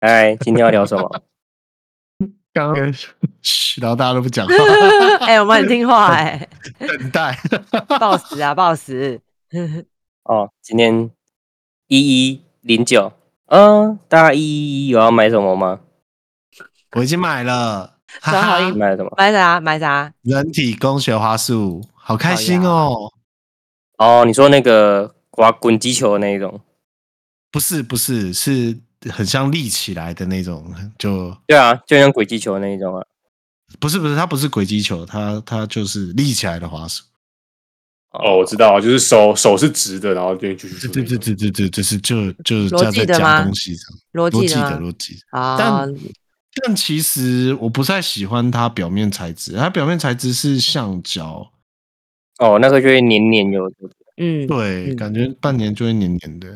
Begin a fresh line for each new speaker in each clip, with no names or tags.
哎，今天要聊什 么？
刚刚嘘，然后大家都不 讲话，
哎、我们很听话哎、
等待。
暴死啊，暴死！
哦，今天一一零九，嗯，大家一一一有要买什么吗？
我已经买了，哈
装 好
哈
硬，
买了什么？
买啥？买啥？
人体工学花束，好开心哦！
哦，你说那个滑滚击球的那一种？
不是不是，是很像立起来的那种，就
对啊，就像滚击球的那一种啊。
不是不是，它不是轨迹球，它它就是立起来的花束。
哦，我知道，就是手手是直的，然后就继续。
对对对对对对，就是就就是
逻
这样
辑
在
的
加
吗
东西上，
逻
逻
辑
辑
的
的
吗
逻辑。
啊
但但其实我不太喜欢它表面材质，它表面材质是橡胶，
哦，那个就会黏黏有，
嗯，
对，
嗯
感觉半年就会黏黏的。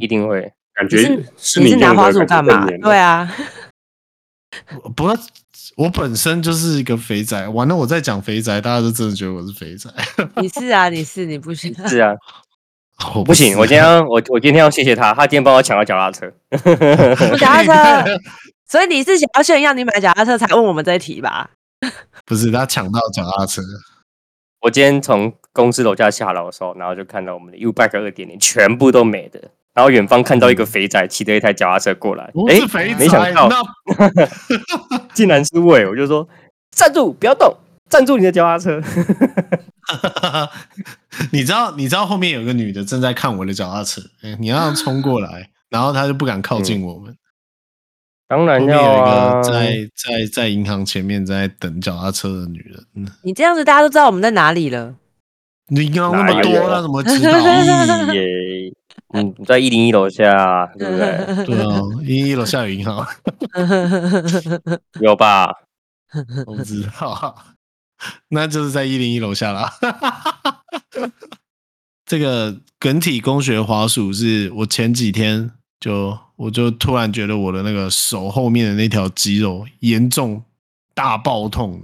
一定会。
感
你
觉
是你是拿花束干嘛？对
啊，
啊，
我不过我本身就是一个肥宅，完了我在讲肥宅，大家都真的觉得我是肥宅。
你是啊，你是你不是？
是 啊，
我
不行，我今天要我我今天要谢谢他，他今天帮我抢到脚踏车。
我脚踏车，所以你是想要炫耀你买脚踏车才问我们这一题吧？
不是他抢到脚踏车，
我今天从公司楼下下楼的时候，然后就看到我们的 U Bike 二点零全部都没的，然后远方看到一个肥仔骑着一台脚踏车过来，
我
哎、
嗯是肥
没
宅，
想到
那
竟然是魏，我就说站住，不要动，站住你的脚踏车。
你知道你知道后面有个女的正在看我的脚踏车，哎你让她冲 过来，然后她就不敢靠近我们。
当
后
然
面有
要
一
啊，
个在在在银行前面在等脚踏车的女人，嗯
你这样子大家都知道我们在哪里了。
你银行那
哪有
么多，她怎么知道？
咦耶，嗯，在一零一楼下，对不对？
对啊，一一楼下有银行，
有吧？
我不知道 啊，那就是在一零一楼下啦。 这个梗体工学滑鼠是我前几天就我就突然觉得我的那个手后面的那条肌肉严重大爆痛，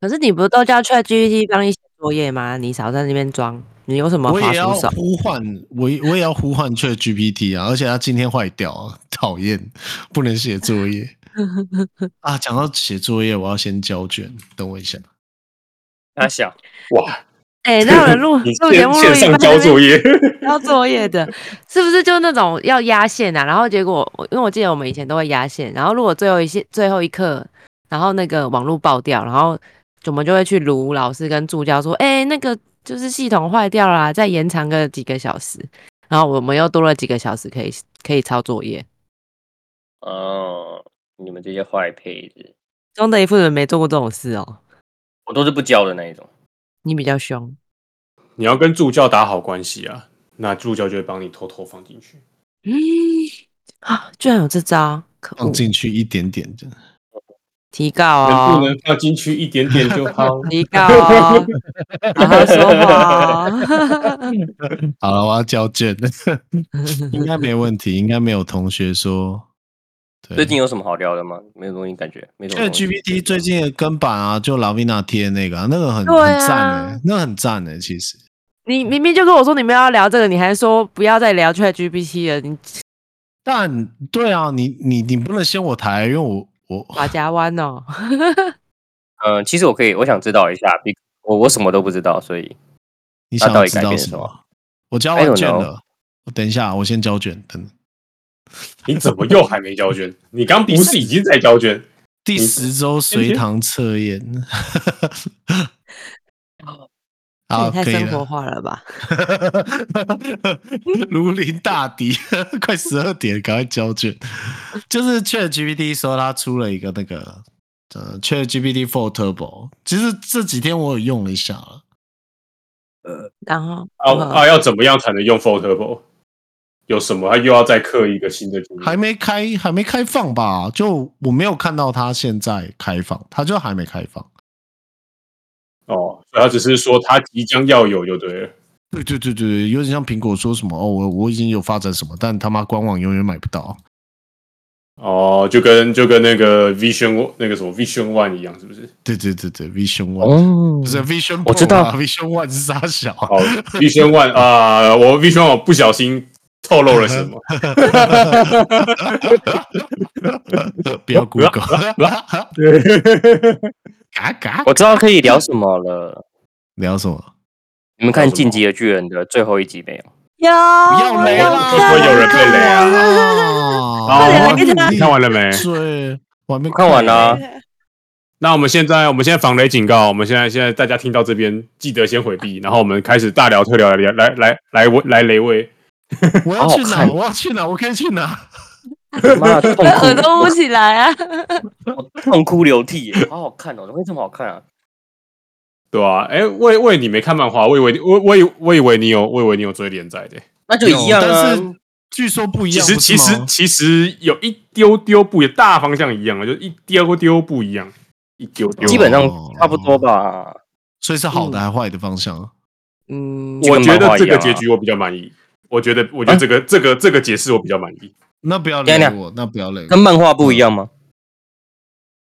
可是你不都叫 ChatGPT 帮你写作业吗？你少在那边装，你有什么
我
滑
也要
鼠手？
呼唤我也我也要呼唤 Chat GPT 啊，而且它今天坏掉啊，讨厌，不能写作 业啊。讲到写作业，我要先交卷，等我一下。
那小，
哇，
哎、那有人录
你
录节目录
线
一
上
半
交
在那边
作业，
交作业的，是不是就那种要压线啊？然后结果我，因为我记得我们以前都会压线，然后如果最后一线最后一刻，然后那个网络爆掉，然后我们就会去卢老师跟助教说，哎、那个就是系统坏掉啦，再延长个几个小时，然后我们又多了几个小时可以可以抄作业，
哦，你们这些坏配置，
装的一副人没做过这种事哦，
我都是不教的那一种。
你比较凶，
你要跟助教打好关系啊，那助教就会帮你偷偷放进去。
嗯 啊，居然有这招，可
放
恶，
进去一点点，真的
提告哦
能不。能放进去一点点就好？
提告哦，好好说话哦。
好了，我要交卷， 应该没问题，应该没有同学说。对，
最近有什么好聊的吗？没有东西感觉，没什么
这
东西。
GPT 最近的跟版啊，就拉维娜贴的那个、啊，那个很、
对啊
很赞诶、那个很赞诶、欸其实
你明明就跟我说你们要聊这个，你还说不要再聊 ChatGPT 了，你
但对啊，你你你不能掀我台，因为我我
马夹弯哦。
嗯、其实我可以，我想知道一下，比我我什么都不知道，所以
你
它
想
到
要
底
知
改
道
变
什
什么哎
么？我交
I
完
don't
卷
know
了，我等一下，我先交卷，等
你怎么又还没交卷？你刚不是已经在交卷？
第十周随
先
堂测验。
这
好，
哦也 太
可以
生活
了。
化了吧？
如临大敌， 快十二点，赶快交卷。就是 Chat GPT 说它出了一个那个呃 Chat GPT Four Turbo，其实这几天我有用了一下了。
然后
啊
嗯
啊，要怎么样才能用 Photobo？有什么，他又要再刻一个新的经验
还没开，还没开放吧？就我没有看到它现在开放，它就还没开放。
哦，所以他只是说他即将要有就对了。
对
嗯
对对对对，有点像苹果说什么哦，我我已经有发展什么，但他妈官网永远买不到。
哦，就跟就跟那个 Vision 那个什么 Vision One 一样，是不是？
对对对对，Vision One、
哦
不是 Vision，
我知
Pro
道
啊 Vision One 是啥小。
哦，Vision One 啊，我 Vision One 我不小心透露了什么？
不要 Google，
对，
嘎嘎。
我知道可以聊什么了。
聊什么？
你们看《进击的巨人》的最后一集没有？
不
有
要雷
有
啦！
会不会有人被雷啊
啊
快点
你看完了没？
对，
哦
我还没
我看完了啊
那我们现在我们现在防雷警告，我们现在现在大家听到这边，记得先回避，然后我们开始大聊特聊，来来来来我来雷位。
我要去
好好
哪？
看
我要去哪？我可以去哪？
妈的， 痛
耳朵
哭
捂起来啊！
痛哭流涕耶，好好看哦，怎么会这么好看啊？
对啊，哎，为为你没看漫画，我以为我我以我以为你有，我以为你有追连载的。
那就一样
有
啊
但。是据说不一
其
样。
实
不
其
是
实
吗
其实有一丢丢不一样，大方向一样啊，就一丢丢不一样，一丢丢。
基本上差不多吧。
所以是好的还是坏的方向？啊
嗯，
我觉得这
就跟漫画一样
个
啊
结局我比较满意。我觉得我觉得这个、这个这个解释我比较满意。
那不要
等一
雷
下
我，那不要雷
跟
我。
漫画不一样
嗯
吗？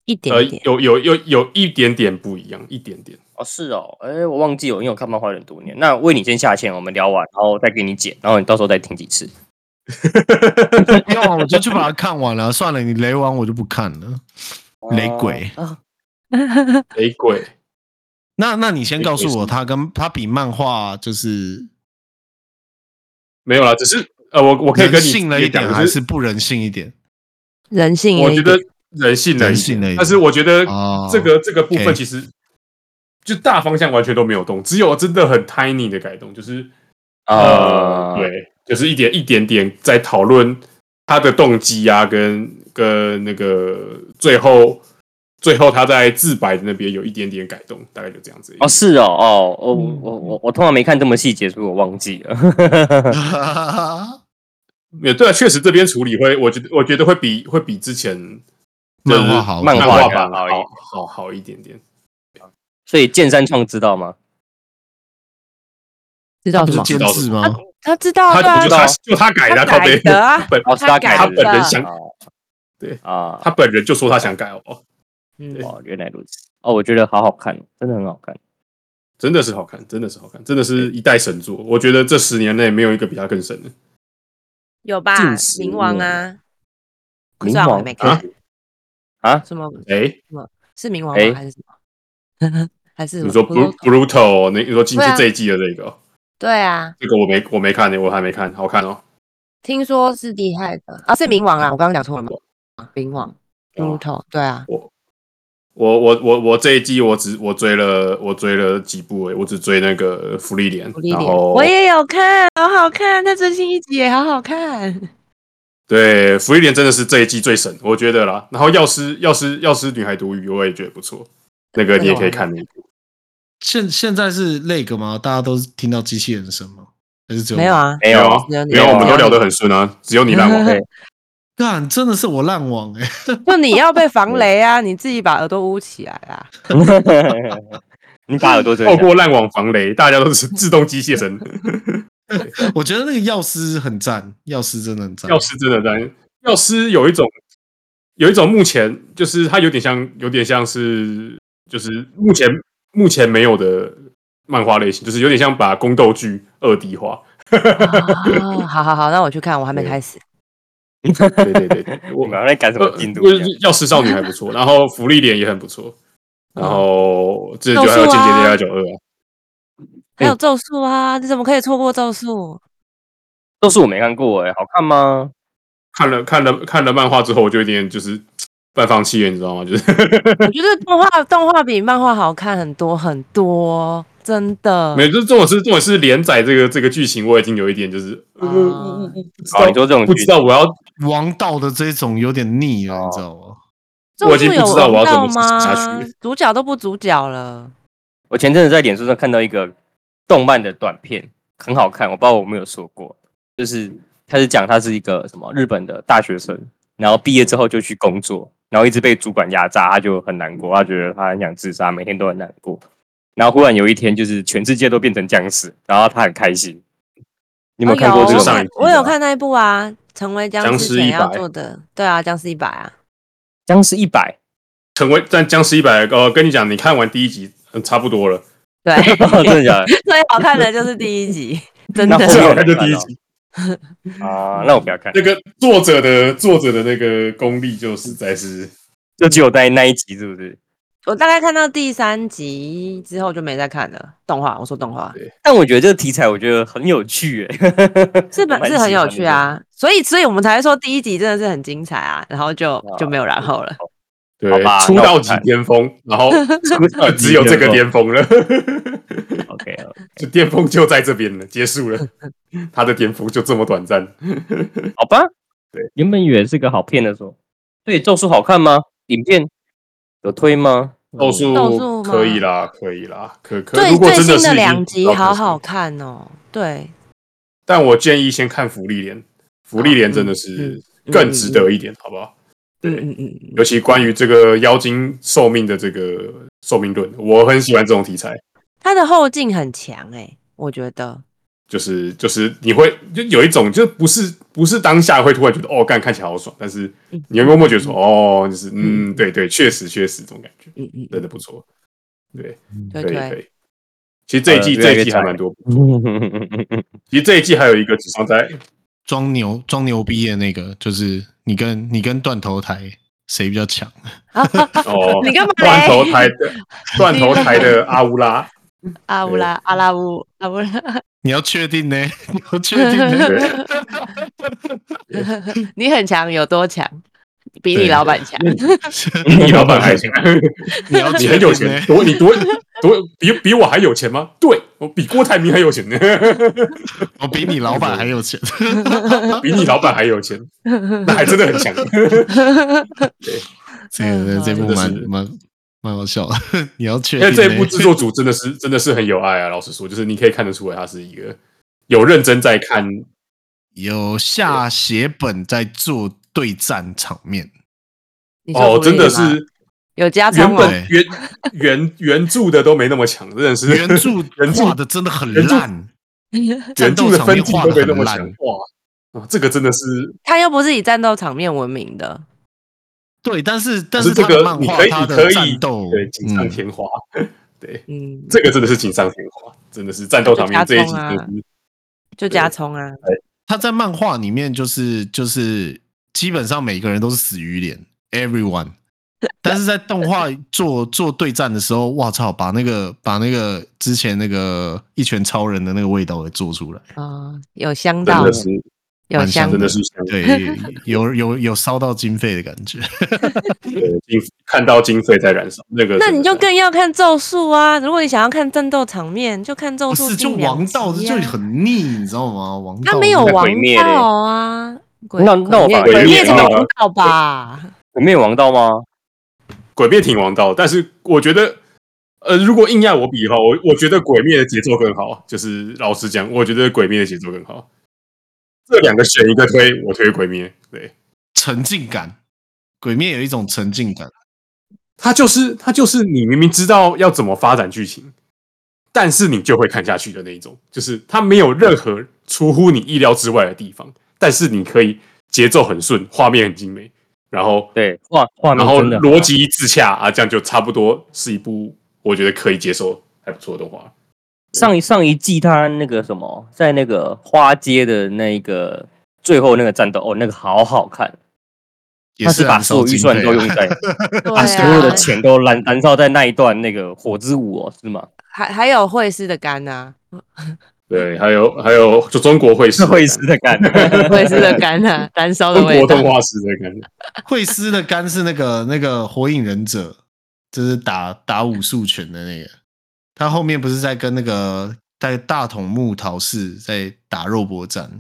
一点
呃，
点。
有有有有一点点不一样，一点点。
哦，是哦，哎，我忘记了，因为我看漫画有点多年。那为你先下线，我们聊完，然后再给你剪，然后你到时候再听几次。
不要啊，我就去把它看完了。算了，你雷完我就不看了。
哦
雷鬼
啊，
雷鬼
那那你先告
雷鬼
诉我，
是
它跟它比漫画就是
没有啦，只是呃，我我可以
人
跟你
性了
也
一点，
讲
还
就是
不人性一点？
人性也
我
一
觉
点，
得人性了一
人性了
点
一点，
但是我觉得
哦
这个、这个部分
OK
其实就大方向完全都没有动，只有真的很 tiny 的改动，就是
哦
啊，
呃对，就是一点一点点在讨论他的动机啊，跟跟那个最后最后他在自白的那边有一点点改动，大概就这样子。
哦，是哦，哦，哦，
嗯
我我我我通常没看这么细节，所以我忘记了。
哦
也对啊，确实这边处理会，我觉得我觉得会比会比之前就是
漫画好
漫
漫画
版
更好一
好
点
好好一点点。
所以剑三创知道吗？
知道
不
什
是
么？
监制吗？
他知道
他
对
我
啊
觉得他就他改的啊，
他
靠
改
背
的啊
本
哦，是他改
他
的。
本人想，
哦
对
啊，
他本人就说他想改哦，
嗯
哦，原来如此。哦，我觉得好好看，真的很好看。
真的是好看，真的是好看，真的是一代神作。我觉得这十年内没有一个比他更神的。
有吧
近十？
冥王啊，不是啊
冥
我
王
还没看
啊
啊
什么
哎，
是冥王
哎
吗？还是什么？ 还是什么
你说 Bru Brutal，那你说进去
啊
这一季的这个哦，
对啊，
这个我没我没看呢，我还没看，好看哦。
听说是厉害的啊，是冥王啊，我刚刚讲错了吗？冥王
哇
Brutal，对啊，
我我我我这一季我只我追了我追了几部欸诶，我只追那个福利莲
狐狸，
然
脸，
后
我也有看，好好看，那最新一集也好好看。
对福利莲真的是这一季最神，我觉得啦。然后药师药师药师女孩独语我也觉得不错，那个你也可以看那部。
现现在是那个吗？大家都听到机器人声吗？还是只有
没有？啊，
没
没有啊
只有你
没有，我们
只
都
有
聊
你
得很顺啊，只有你烂 我。
干，真的是我烂网哎、
就你要被防雷啊，你自己把耳朵捂起来 啦。
你把耳朵遮
透
起来。
过烂网防雷，大家都是自动机械神。
我觉得那个药师很赞，药师真的很赞。
药师真的在，药师有一种有一种目前就是它有点像有点像是就是目前目前没有的漫画类型，就是有点像把宫斗剧二 D 化。
啊，好好好，那我去看，我还没
对
开始。
对对对，对我
我们在赶什么
呃
进度？
就是药师少女还不错，然后福利脸也很不错，
嗯
然后这就还有
咒
间
术啊
接恋爱九二啊，
还有咒术啊，你怎么可以错过咒术？
都是我没看过哎，好看吗？
看了看了看了漫画之后，我就有点就是半放弃了，你知道吗？就是
我觉得动画动画比漫画好看很多很多，真的。啊
没有，就是这种是这种是连载这个这个剧情，我已经有一点就是
啊
嗯
哦，你说这种
不
剧
知道我要
王道的这种有点腻了，
哦
你知道吗？
我已经不知道我要怎么
咒术有王道
下
吗
去？
主角都不主角了，
我前阵子在脸书上看到一个动漫的短片，很好看，我不知道我有没有说过，就是他是讲他是一个什么日本的大学生，然后毕业之后就去工作，然后一直被主管压榨，他就很难过，他觉得他很想自杀，每天都很难过。然后忽然有一天，就是全世界都变成僵尸，然后他很开心。你有没有看过
哦
这个
有我
就上一
看
集
我
的
有
吧
看那一部啊，成为僵
僵
尸
尸
前
100
要做的，对啊，僵尸一百啊，
僵尸一百？
成为但僵尸一百，呃，跟你讲，你看完第一集、嗯差不多了，
对，
真的假的？
最好看的就是第一集，真
那
的。
后
最
面
好看就第一集。
啊，那我不要看，
那个作者的作者的那个功力，就实在是
就只有在那一集，是不是？
我大概看到第三集之后就没再看了。动画，我说动画
但我觉得这个题材，我觉得很有趣、欸，
是本
我蛮
是很
喜欢
有趣
的。
啊，所以所以我们才会说第一集真的是很精彩啊，然后就
啊
就没有然后了。
对
好吧
出
那我
道
不
即
看
巅峰，然后 呃只有这个巅峰了，
OK，
就 巅峰就在这边了，结束了， 他的巅峰就这么短暂。
嗯好吧。
对，
原本以为是个好片的时候，对《咒术》好看吗？影片有推吗？
咒
咒
术
术吗
可以啦，可以啦，可可
最
如果
最
真
新
是已经
两集
比较可惜
好好看哦，对，
但我建议先看福利连，福利连真的
嗯
是更值得一点，好不好？
嗯
对
嗯嗯嗯，
尤其关于这个妖精寿命的这个寿命论，我很喜欢这种题材，
它的后劲很强哎、我觉得
就是就是你会就有一种就不是不是当下会突然觉得哦干看起来好爽，但是你会默默觉得说哦就是嗯对对确实确实这种感觉
嗯嗯，
真的不错，对
对
可以
对
可以。其实这一季
好了越
呃这
来越
一季还
长
蛮多，
嗯
其实这一季还有一个只上在
装牛装牛逼的那个，就是你跟你跟断头台谁比较强？
哦
啊你干嘛嘞
断头台的断头台的阿乌拉，
阿乌拉阿拉乌阿乌拉，
你要确定呢？ 你要确定 呢？
对。
你很强有多强？比你
对
老板强，
比老板还强，
你 要
你
确
很有
定呢
钱，？多你多多比比我还有钱吗？对我比郭台铭还有钱呢，
我比你老板还有 钱。
比你老板还有 钱，那还真的很强。
这个
嗯
这部
真的
蛮
是
蛮蛮好笑的。 你要确
因
定
为 这
呢？
一部制作组真的是真的是很有爱啊，老实说，就是你可以看得出来，他是一个有认真在看，
有下血本在做对战场面，
你说
哦，
福
真的
利吗
是
有加
原
仓吗？
本原原原著的都没那么强，真的是
原著
原著
画的真的很
原著
烂，
原
哦
战
著
斗
的
场
分
面
镜
画
都没
的
那
很
么强
烂。
哇啊，这个真的是
他又不是以战斗场面闻名的，
对，但是但
可是
是
这
他的
个
漫
你
画
可以
他
你
的
可
战
以
斗，
对锦上
嗯
添花，对。
嗯，
这个真的是锦上添花，真的是战斗场面这一集真的
啊
是
就加葱啊，
他在漫画里面就是就是基本上每个人都是死鱼脸，everyone。但是在动画做做对战的时候，哇操，把那个把那个之前那个一拳超人的那个味道给做出来，
啊，有香
真
到
的，是
有
蛮
香
香
真的是想
对，有有有烧到经费的感觉。
对经看到经费在燃烧，那个
那你就
真的
更要看咒术啊！如果你想要看战斗场面，就看咒
不
术、
哦是，就王道的就。很腻，你知道吗？王道
啊他没有
那
王
鬼灭嘞
道啊，鬼
那那我把
鬼
鬼
灭
灭
才
放
王道吧？
我没有王道吗？
鬼灭挺王道，但是我觉得。呃，如果硬要我比的话，我我觉得《鬼灭》的节奏更好。就是老实讲，我觉得《鬼灭》的节奏更好。这两个选一个推，我推《鬼灭》。对，
沉浸感，鬼灭有一种沉浸感，
它就是它就是你明明知道要怎么发展剧情，但是你就会看下去的那一种，就是它没有任何出乎你意料之外的地方，但是你可以节奏很顺，画面很精美，然后
对，画画面
然后
真的好
逻辑自洽啊，这样就差不多是一部我觉得可以接受还不错的动画。
上一上一季他那个什么，在那个花街的那个最后那个战斗，哦，那个好好看，
也
他是把
燃烧
所有预
经
算
费
都
啊
用 在，
对
把所有的
啊，
钱都燃燃烧在那一段那个火之舞哦，是吗？
还还有惠师的肝 啊，
对，还有还有就中国会师
是
的感
会
觉，
师的感
惠师的肝 啊，燃烧的
中
味
国
道
动。画师的感觉，
惠斯的肝是那个那个火影忍者，就是打打武术拳的那个。他后面不是在跟那个在大筒木桃士在打肉搏战，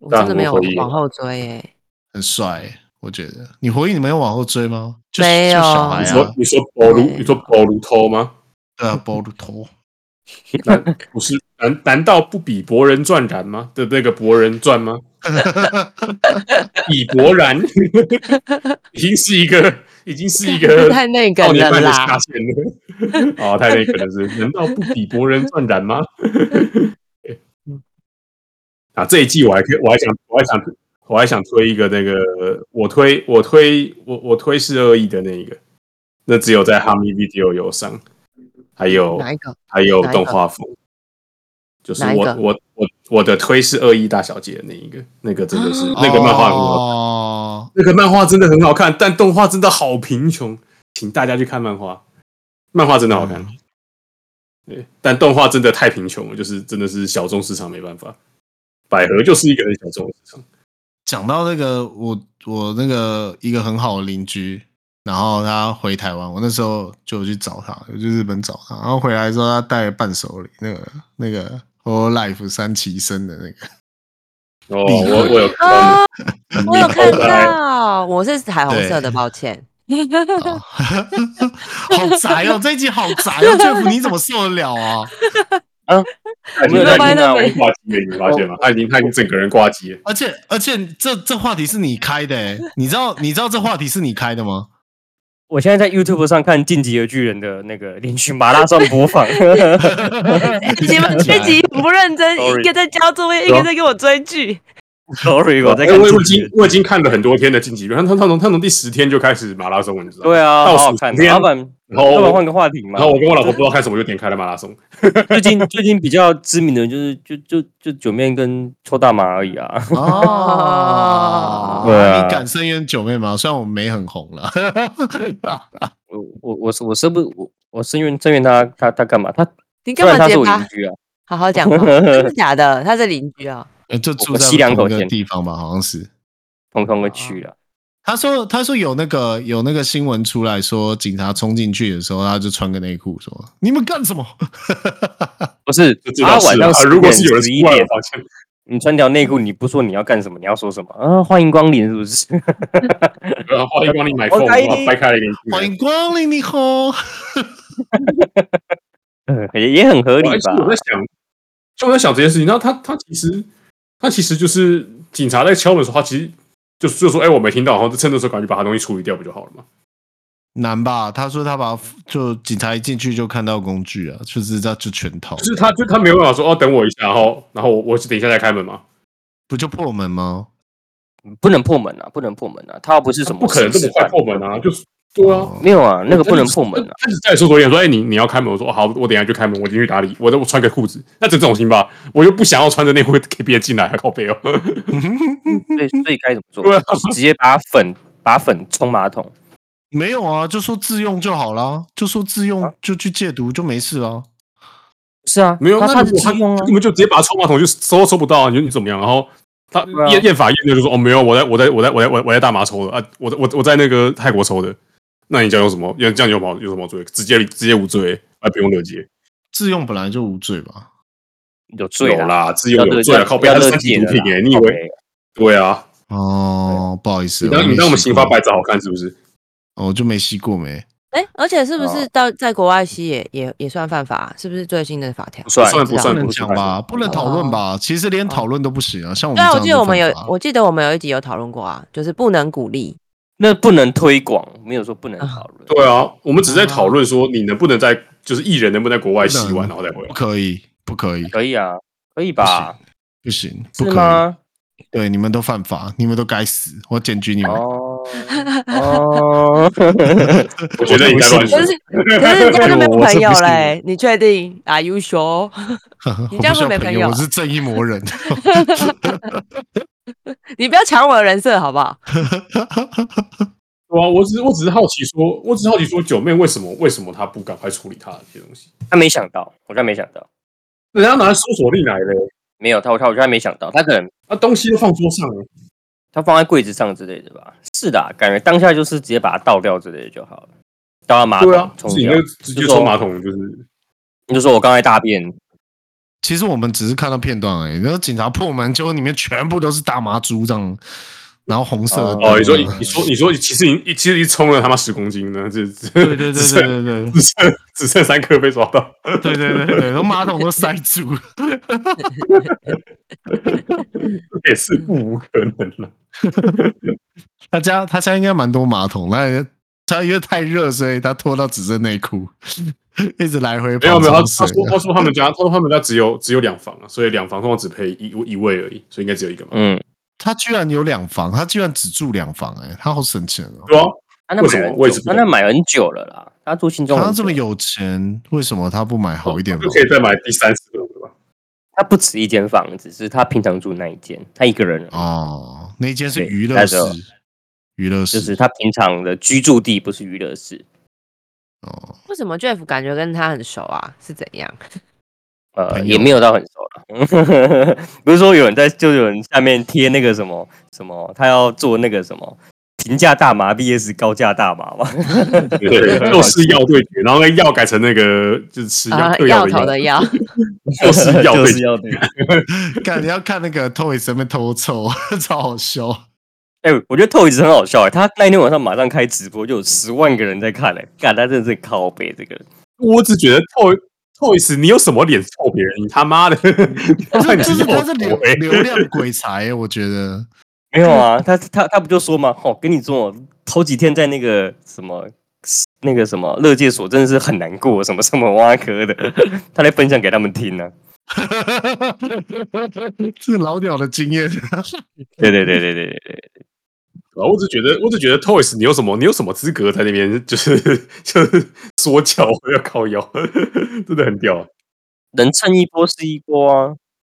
我真的没有
大魔头
往后追耶，
很帅，我觉得。你火影你没有往后追吗？就
没有
就小孩
你
啊
说，你说保卢，
对
你说保卢偷吗？
对啊，波鲁头
难不是难难道不比《博人传》燃吗？的那个《博人传》 吗？以博然，已经是一个，已经是一 个
太那个
少年
了
犯的
啦
下。限 了。哦，太那个了是？难道不比博人传染吗？ 啊，这一季我还可以，我还想，我还想，我还想推一个那个，我推，我推，我我推是恶意的那一个，那只有在哈密 Video 有上，还有
哪一个？
还有
哪一个
动画风，就是
哪一
我
个
我我我的推是恶意大小姐的那一个，那个真的是、
啊
那个漫画很好看
哦，
那个漫画真的很好看，但动画真的好贫穷，请大家去看漫画，漫画真的好看。
嗯
对，但动画真的太贫穷了，就是真的是小众市场没办法。百合就是一个很小众的市场，
讲到那个，我我那个一个很好的邻居，然后他回台湾，我那时候就有去找他，我去日本找他，然后回来之后他带了伴手礼，那个那个 Whole Life 三崎生的那个，
哦，
厉害
我我有看到那个
哦，我有看
你好可爱
到，我是彩虹色的，抱 歉。哎
哦好宅哦，这一集好宅哦，Jeff 你怎么受得了啊？
哎啊
他已
你
经
没
他
有发现
已经
到
他已
没
经挂机了，你有发现
哦
吗？他已经他已经整个人挂机了。
而且而且这这话题是你开的、欸，你知道你知道这话题是你开的吗？
我现在在 YouTube 上看《进击的巨人》的那个连续马拉松播 放，
你们这集不认真，
Sorry
一个在交作业，一个在给我追剧。
Sorry，我在
哎
看
我我
进
已
击的
经我已经看了很多天的晋级，他他他从他从第十天就开始马拉松，你知道吗？
对啊，
倒
好
数
好看。
十天
老板，
然后
老板
我
换个话题嘛。
然后我跟我老婆不知道看什么，我就点开了马拉松。
最近 最近比较知名的就是就就就九面跟抽大麻而已啊。
哦，
对啊
你敢深渊九妹吗？虽然我没很红了，
我我我是我是不我我声援声援他他他干嘛？他
你干
虽然
嘛
他
结
是我邻
巴？
居啊，
好好讲话，真的假的？他是邻居啊。
呃就住
我
在
吸两口
同一个
鲜
地方吧，好像是。
同同个区啊。
他说：“他说有那个有那个新闻出来说，警察冲进去的时候，他就穿个内裤说：‘你们干什么
不是
就知
他
道
晚
是
上
啊，
十
如果
点
是有人
十一
出来
点
的，话，像
你穿条内裤，你不说你要干什么，你要说什么啊？欢迎光临，是不是？
然呃后一帮你买
我
phone，
开
哇
一
掰开了一点。？’
欢迎光临，你好。
嗯也也很合理
我
吧
还是？我在想，就我在想这件事情。然后他他其实他其实就是警察在敲门的时候，他其实就就说：“哎、我没听到。”然后就趁这时候赶紧把他东西处理掉不就好了嘛？”
难吧？他说他把就警察一进去就看到工具啊，就是这就全套，
就是他就他没有办法说：“哦，等我一下。”然后然后我我等一下再开门嘛？
不就破门吗？
不能破门啊，不能破门啊！他又不是
他
什么
不可能这么快破门啊！就是对啊。
哦
没有啊，那个不能破门啊。
他只在说昨天说，哎、你你要开门，我说、哦、好，我等一下就开门，我进去打理，我我穿个裤子，那这种行吧？我又不想要穿着内裤给别人进来，靠背哦。
所以所以该怎么做？
对啊
就是直接把粉把粉冲马桶。
没有啊，就说自用就好啦，就说自用
啊
就去戒毒就没事啦。
是啊，
没有，
他
那
他
如
是
果他
自用啊
你。们就直接把他抽马桶就抽都抽不到啊，你说你怎么样？然后他
对啊
验验法验的就说哦没有，我在我在我在我在我在我在大马抽的啊，我在我我在那个泰国抽的，那你这样有什么？这样有毛有什么罪？直接直接无罪，还不用乐解。
自用本来就无罪吧？
有罪
有
啦，
啦，自由有罪
要
了，
乐啊
靠背他
要
是
乐
三级
界
毒
的
品
啦
哎，你以为？对啊，
哦，不好意思，
你当你当我们
啊
刑法白纸好看是不是？
哦，我就没吸过没。
哎，而且是不是
哦
到在国外吸也也也算犯法？啊是不是最新的法条
不？算
算
不
不
算
不能
不
讲
算
吧，不能讨论吧。其实连讨论都不行啊，像我们
对
这
啊，
样就
我记得我们有
犯法，
我记得我们有一集有讨论过啊，就是不能鼓励。
那不能推广，没有说不能讨论。
对啊，我们只是在讨论说你能不能在就是艺人能不能在国外洗完然后再回来
不。可以，不可以，
可以啊，可以吧？
不行，不
是
可
吗？
以。对，你们都犯法，你们都该死，我检举你们。
哦哦，
我觉得你在乱说
可。是可是人家都没有
我是
朋
不
友
信
嘞，你确定？Are you sure？你
我
这
不需要
样会没
朋
朋友
友，我
啊
是正义魔人。
你不要抢我的人设好不好？
对啊，我只是我只是好奇说，我只是好奇说，九妹为什么为什么她不赶快处理她这些东西？
他没想到，我真没想到，
人家拿搜索令来的，
没有他，我他我真没想到，他可能
那、东西都放桌上了，
他放在柜子上之类的吧？是的啊，感觉当下就是直接把它倒掉之类的就好了，倒到马桶
对啊，
冲
自己
掉
那个，直接冲马桶就是。
你就说我刚才大便，
其实我们只是看到片段而已，然后警察破门，结果里面全部都是大麻猪这样。然后红色的
哦，你说
灯啊
你说你说，其实你其实一冲了他妈十公斤呢，这
对对对
只
对
剩
对对
只剩只剩三颗被抓到，
对对对对对，然后马桶都塞住了。
也是不无可能了。
他家他家应该蛮多马桶，那他因为太热，所以他脱到只剩内裤， 一直来回
没有
跑
没有，他
脏
他
水。
说他说他们家他说他们家只有只有两房啊，所以两房通常只配一一位而已，所以应该只有一个嘛。
嗯，
他居然有两房，他居然只住两房、哎，他好省钱哦！
对啊，
他那
为
买
什么
很
我也
久
是不
他那
懂
买很久了啦，他住新中很久，
他这么有钱，为什么他不买好一点
就
房
可？以再买第三次了，对吧？
他不止一间房子，是他平常住那一间，他一个人而已，
哦，那间是
对
娱乐
那
室
时候，
娱乐室
就是他平常的居住地不是娱乐室，
哦，
为什么 Jeff 感觉跟他很熟啊？是怎样？
呃，
朋友
也没有到很熟了。 不是说有人在，就有人下面贴那个什么什么，他要做那个什么平价大麻 VS 高价大麻嘛，
对，又是药对决，然后那药改成那个就是吃药
啊，
对药
药头的 药，
又是药
就
对
是
决，
要对决。
看你要看那个 Toys 在那边偷抽， 超 好笑。
哎、我觉得 Toys 很好笑哎、他那天晚上马上开直播，就有十万个人在看哎、干他真的是靠背这个人，
我只觉得 Toy Toys 你有什么脸臭别人？你他妈 的，
这
你
这是
是
他是流
头欸
流量鬼才、我觉得
没有啊，他他他不就说嘛，哦，跟你说，头几天在那个什么那个什么乐界所真的是很难过，什么什么挖科的， 他来分享给他们听呢、啊。
这老鸟的经验。
对对对对对对对，
然后我只觉得，我只觉得 Toys 你有什么，你有什么资格在那边就是 就是说教要靠腰， 真的很屌啊。
能蹭一波是一波啊。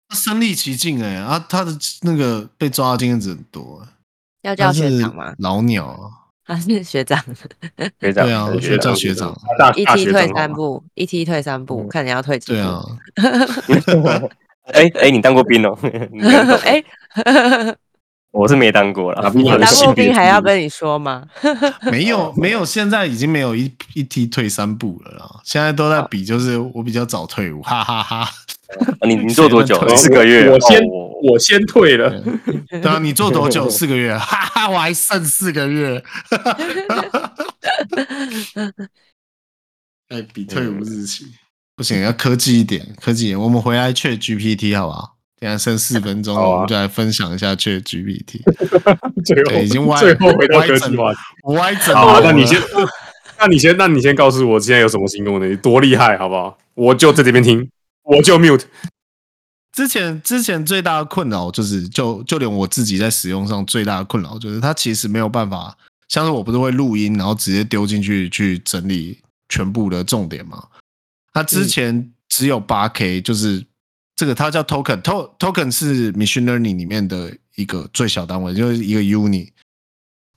他身历其境哎、啊，他的那个被抓的经验值很多、欸，
要
他
叫学
是
长吗？
老鸟啊，
他是学长，
学长，
对啊，
学
学
长
长学长，
大
一
大
踢
学
退
长好
三
吗
步，一踢退三步，
嗯
看你要退几
对啊
步。，
哎哎、你当过兵哦？ 你当过
哎，
我是没当过
打
啦。
不完的
当
性
过
别
兵还
之一
要跟你说吗？
没有没有，现在已经没有一一踢退三步了啦，现在都在
哦
比就是我比较早退伍，哈哈哈
你你做多久
我？
四个月。
我先
哦
我先退了，
对啊，你做 多久？四个月，哈哈，我还剩四个月， 哎，比退伍日期不行，要科技一点，科技一点。我们回来 Chat GPT 好不好？等一下剩四分钟，
好啊
我们就来分享一下 Chat GPT。
最后
对已经歪
最后回到
歪
科
整
技话题。
我歪整
好、啊
了，
那你先， 那你先，那你先告诉我今天有什么新功能，你多厉害，好不好？我就在这边听，我就 mute。
之前之前最大的困扰就是，就就连我自己在使用上最大的困扰就是，它其实没有办法，像是我不是会录音，然后直接丢进去去整理全部的重点嘛？它之前只有八 K，就是这个它叫 token，to token 是 machine learning 里面的一个最小单位，就是一个 uni，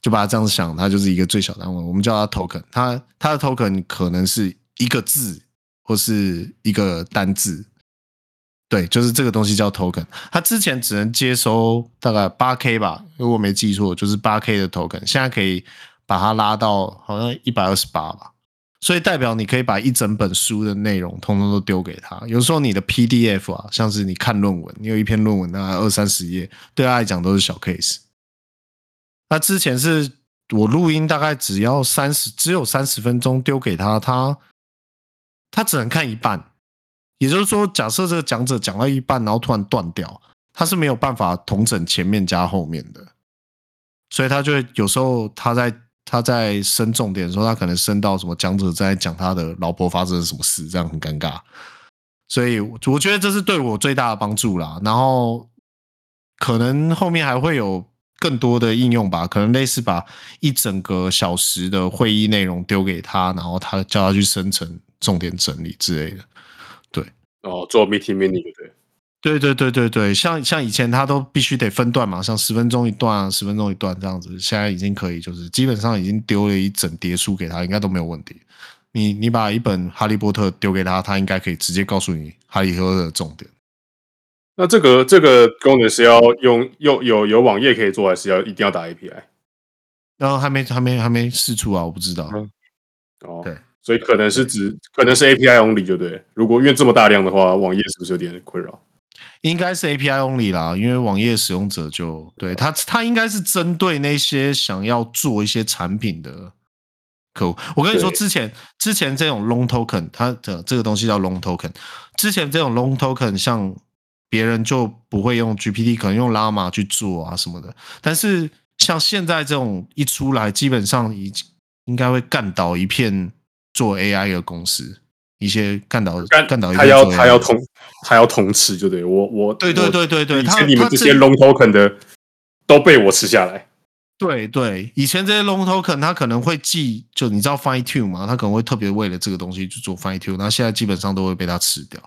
就把它这样想，它就是一个最小单位，我们叫它 token，它它的 token 可能是一个字或是一个单字。对，就是这个东西叫 token，它之前只能接收大概八 K 吧，如果没记错，就是八 K 的 token，现在可以把它拉到好像一百二十八吧，所以代表你可以把一整本书的内容通通都丢给他。有时候你的 PDF 啊，像是你看论文，你有一篇论文大啊概二三十页，对他来讲都是小 case。那之前是我录音大概只要三十，只有三十分钟丢给他，他他只能看一半。也就是说，假设这个讲者讲到一半，然后突然断掉，他是没有办法统整前面加后面的，所以他就会有时候他在他在升重点的时候，他可能升到什么讲者在讲他的老婆发生了什么事，这样很尴尬。所以我我觉得这是对我最大的帮助啦。然后可能后面还会有更多的应用吧，可能类似把一整个小时的会议内容丢给他，然后他叫他去生成重点整理之类的。
哦，做 meeting mini 就对。
对对对对对，像像以前他都必须得分段嘛，像十分钟一段啊，十分钟一段这样子，现在已经可以，就是基本上已经丢了一整叠书给他，应该都没有问题。你你把一本《哈利波特》丢给他，他应该可以直接告诉你《哈利波特》的重点。
那这个这个功能是要用用有有网页可以做，还是要一定要打 API？
然后还没还没还没试出啊，我不知道。
嗯
哦，
对，
所以可能是指可能是 API only 就对。如果因为这么大量的话，网页是不是有点困扰？
应该是 API only 啦，因为网页使用者就对他，他应该是针对那些想要做一些产品的客户。我跟你说，
对
之前之前这种 long token，它的这个东西叫 long token。之前这种 long token，像别人就不会用 GPT，可能用 Llama 去做啊什么的。但是像现在这种一出来，基本上已经应该会干倒一片做 AI 的公司，一些干倒
干
干倒一片
他要
做 AI
他要
的
通他要通吃，就对我我
对对对对对，
以
他
前你们
他
这些 long token 的都被我吃下来，
对对，以前这些 long token 他可能会记，就你知道 fine tune 嘛，他可能会特别为了这个东西去做 fine tune，那现在基本上都会被他吃掉。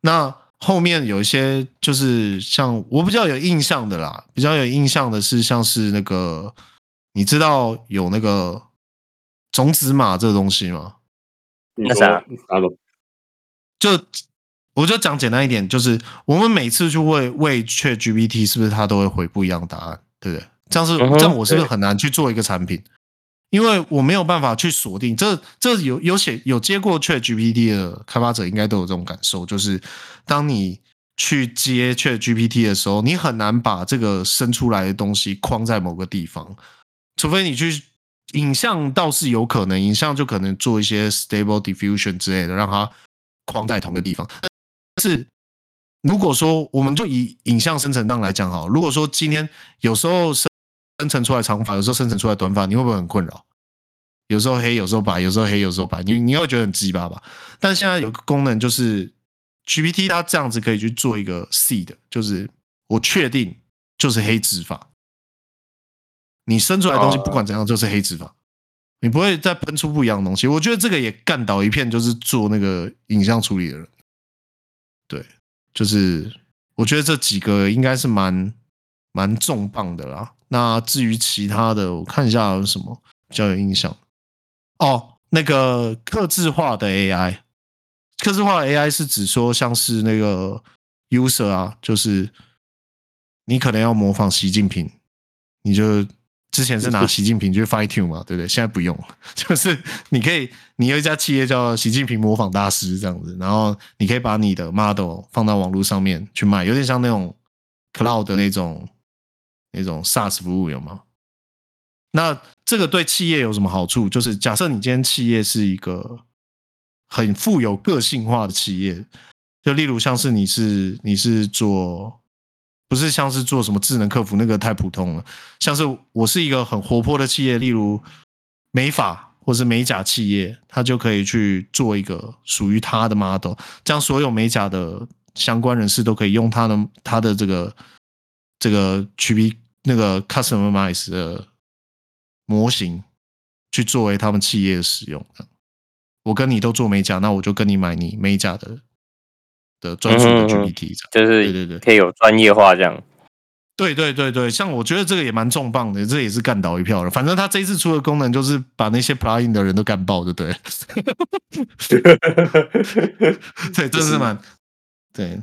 那后面有一些就是像我比较有印象的啦，比较有印象的是像是那个，你知道有那个种子码这个东西吗？
你
那
说
啥
哪种？
就我就讲简单一点，就是我们每次去问问 Chat GPT，是不是它都会回不一样的答案，对不对？这样是、
嗯哼
这样，我是不是
对
很难去做一个产品？因为我没有办法去锁定这这有有写有接过 Chat GPT 的开发者应该都有这种感受，就是当你去接 Chat GPT 的时候，你很难把这个生出来的东西框在某个地方，除非你去影像倒是有可能，影像就可能做一些 stable diffusion 之类的，让它框在同个地方。但是如果说我们就以影像生成上来讲好了，如果说今天有时候生生成出来长发，有时候生成出来短发，你会不会很困扰？有时候黑，有时候白，有时候黑，有时候白，你你会觉得很鸡巴吧？但现在有个功能就是 GPT 它这样子可以去做一个 seed，就是我确定就是黑直发，你生出来的东西
哦
不管怎样就是黑直发，你不会再喷出不一样的东西。我觉得这个也干倒一片，就是做那个影像处理的人，对，就是我觉得这几个应该是蛮蛮重磅的啦。那至于其他的，我看一下有什么比较有印象。哦，那个克制化的 AI，克制化的 AI 是指说像是那个 user 啊，就是你可能要模仿习近平，你就之前是拿习近平去 fine tune 嘛，对不对？现在不用了， 就是你可以，你有一家企业叫习近平模仿大师这样子，然后你可以把你的 model 放到网络上面去卖，有点像那种 cloud 的那种那种 SaaS 服务有吗？那这个对企业有什么好处？就是假设你今天企业是一个很富有个性化的企业，就例如像是你是你是做不是像是做什么智能客服那个太普通了，像是我是一个很活泼的企业，例如美发或是美甲企业，它就可以去做一个属于它的 model，这样所有美甲的相关人士都可以用它的它的这个这个 GP 那个 customize 的模型去作为他们企业的使用。我跟你都做美甲，那我就跟你买你美甲的的专
嗯
属
嗯嗯
的 GPT 这
就
样。对
是
对对
可以有专业化这样。
对对对对，像我觉得这个也蛮重磅的，这也是干倒一票了。反正他这一次出的功能就是把那些 plugin 的人都干爆，就对了。对，真是蛮对。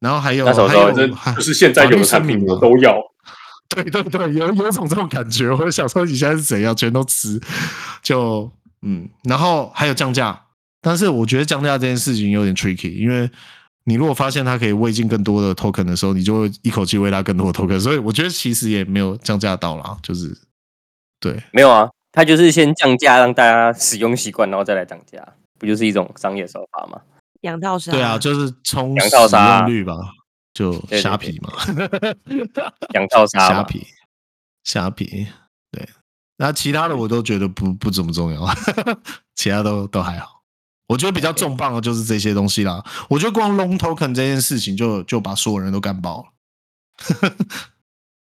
然后还有
那时候
还
说
有
反正
还
就是现在有的产品
啊
我都要，
对对对，有有一种这种感觉。我就想说你现在是怎样，全都吃，就嗯，然后还有降价，但是我觉得降价这件事情有点 tricky，因为你如果发现它可以喂进更多的 token 的时候，你就会一口气喂它更多的 token，所以我觉得其实也没有降价到啦，就是对
没有啊，它就是先降价让大家使用习惯，然后再来涨价，不就是一种商业手法吗？
养套杀
对啊，就是冲
两
使
套杀
用率吧，就
对对
虾皮嘛。
两套杀
虾
嘛，
皮，虾皮，对。那其他的我都觉得不不怎么重要，其他都都还好。我觉得比较重磅的就是这些东西啦。我觉得光 long token 这件事情就就把所有人都干爆了。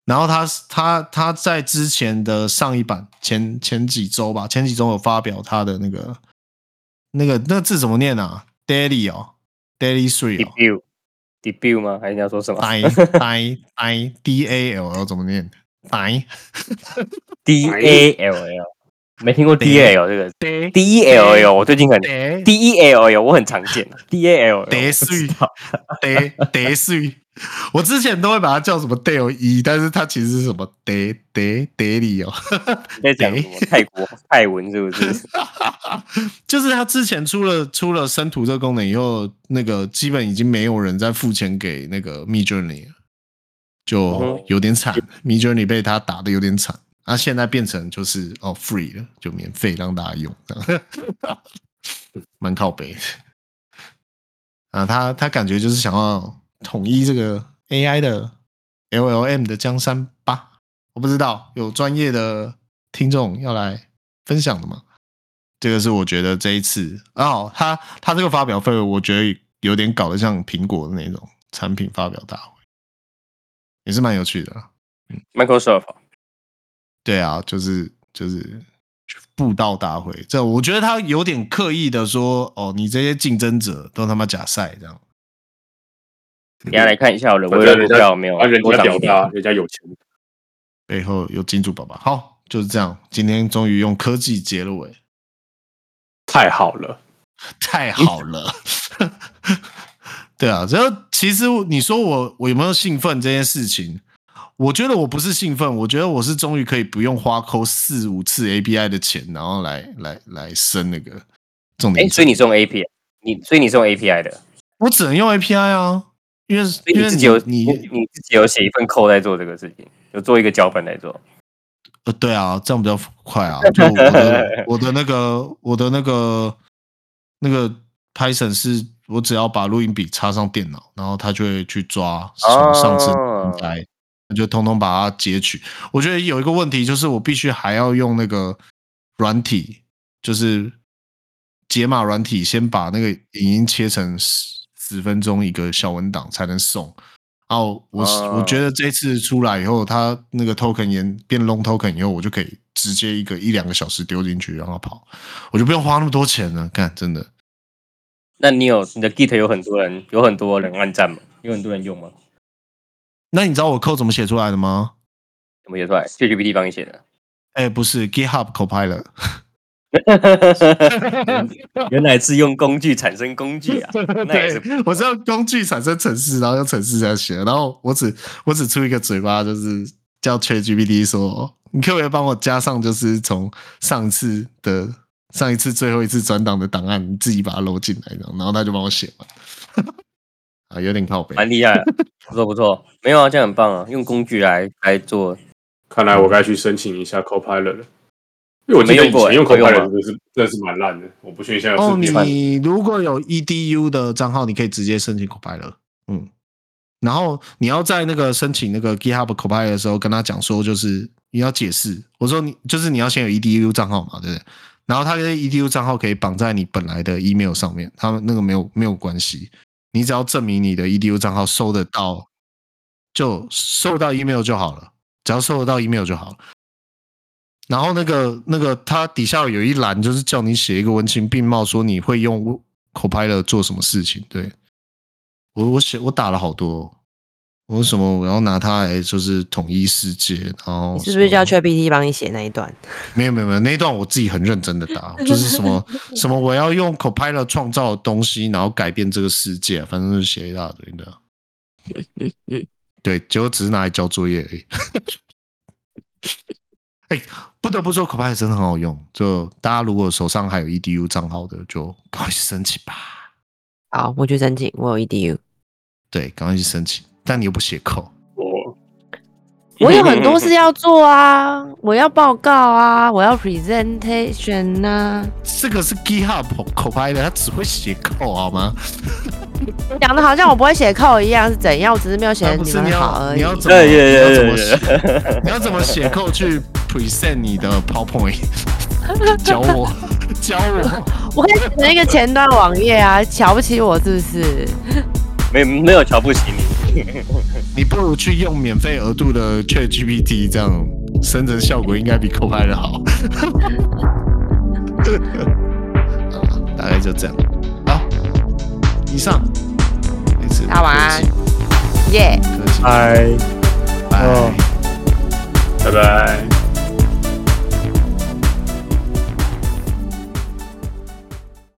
然后他他他在之前的上一版前前几周吧，前几周有发表他的那个那个那字怎么念啊？Daily 哦，Daily Three 哦哎
debut debut 吗？还是你要说什么
呆呆呆 D A L L 怎么念？呆
？D A E L L 没听过 D A L 这个
d
D E L L，我最近很
d
D E L L 我很常见，D 啊 A L
d 是 d d 是，我之前都会把它叫什么 d a l 一，但是它其实是什么 d d d 里哦，
在讲什么泰国泰文是不 是？
就是它之前出了出了生图这个功能以后，那个基本已经没有人再付钱给那个 Mid Journey 了，就
哦
有点惨、m i d Journey 被它打的有点惨。那、现在变成就是哦 free 了，就免费让大家用， 这样蛮靠北的。啊，他他感觉就是想要统一这个 AI 的 LLM 的江山吧？我不知道，有专业的听众要来分享的吗？这个是我觉得这一次哦，他他这个发表会，我觉得有点搞得像苹果的那种产品发表大会，也是蛮有趣的啦。
Microsoft
对啊，就是就是布道大会，这我觉得他有点刻意的说，哦，你这些竞争者都他妈假赛这样。
等一下来看一下好了，我的股票有没有
啊，人
多
家
涨
屌
一
大，
点？
人家有钱，
背后有金主爸爸。好，就是这样。今天终于用科技结了尾，
太好了。
太好了。对啊，这其实你说我我有没有兴奋这件事情？我觉得我不是兴奋，我觉得我是终于可以不用花抠四五次 API 的钱，然后来来来升那个重点
哎，
奖。
所以你是用 API，你所以你是用 API 的，
我只能用 API 啊，因为
所以
因
你
为
自己有
你
你你自己有写一份扣在做这个事情，有做一个脚本来做。
呃，对啊，这样比较快啊。就我的我的那个我的那个那个 Python 是我只要把录音笔插上电脑，然后它就会去抓从上次
哦
来，它就通通把它截取。我觉得有一个问题就是我必须还要用那个软体，就是解码软体，先把那个影音切成十十分钟一个小文档才能送。哦，我是、我
哦
觉得这次出来以后，它那个 token 延变 long token 以后，我就可以直接一个一两个小时丢进去让它跑，我就不用花那么多钱了。干，真的，
那你有你的 Git 有很多人有很多人按赞吗？有很多人用吗？
那你知道我 code 怎么写出来的吗？
怎么写出来？ChatGPT 帮你写的。
哎，不是 GitHub Copilot，
原来是用工具产生工具啊，那也是不
啊 对，我知道工具产生程式，然后用程式来写，然后我只我只出一个嘴巴，就是叫 ChatGPT 说，你可不可以帮我加上，就是从上次的上一次最后一次转档的档案，你自己把它揉进来，然后然后他就帮我写完， 啊，有点靠背，
蛮厉害的，不错不错。没有啊，这样很棒啊，用工具来来做。
看来我该去申请一下 Copilot 了，因为我记
没
得
用
以
过
前用
欸有用
Copilot
吗
真的是真的是蛮烂的，我不确定现在
哦
是，变烂。
你如果有 EDU 的账号，你可以直接申请 Copilot。嗯，然后你要在那个申请那个 GitHub Copilot 的时候，跟他讲说，就是你要解释，我说你就是你要先有 EDU 账号嘛，对不对？然后他的 EDU 账号可以绑在你本来的 email 上面，他们那个没有没有关系，你只要证明你的 EDU 账号收得到，就收得到 email 就好了，只要收得到 email 就好了。然后那个那个，它底下有一栏就是叫你写一个文情并茂，说你会用 Copilot 做什么事情。对我我写我打了好多哦，我说什么我要拿它来就是统一世界，然后
你是不是叫
全？
ChatGPT 帮你写那一段？
没有没有没有，那一段我自己很认真的打，就是什么什么我要用 Copilot 创造的东西，然后改变这个世界，反正就是写一大堆的。对，结果只是拿来交作业而已。 哎、不得不说，Copilot 真的很好用。就大家如果手上还有 EDU 账号的，就赶快去申请吧。
好，我去申请，我有 E EDU，
对，赶快去申请。但你又不写扣，
我
我有很多事要做啊，我要报告啊，我要 presentation 啊呐、
这个是 GitHub Copilot，它只会写扣好吗？
啊，讲的好像我不会写扣一样是怎样，我只是没有写
啊
的
不是
们
你要
好而
你
已。
要怎么
对
你
对
要怎
对
么写？
对对，
你要怎么写扣去 present 你的 PowerPoint？教我，教我。
我可以写成一个前端网页啊，瞧不起我是不是？
没没有瞧不起你。
你不如去用免费额度的 ChatGPT，这样生成效果应该比 Copilot 好。 啊大概就这样。好，以上，这次
大家晚安耶、
科技，科技，
嗨。
拜。
拜拜。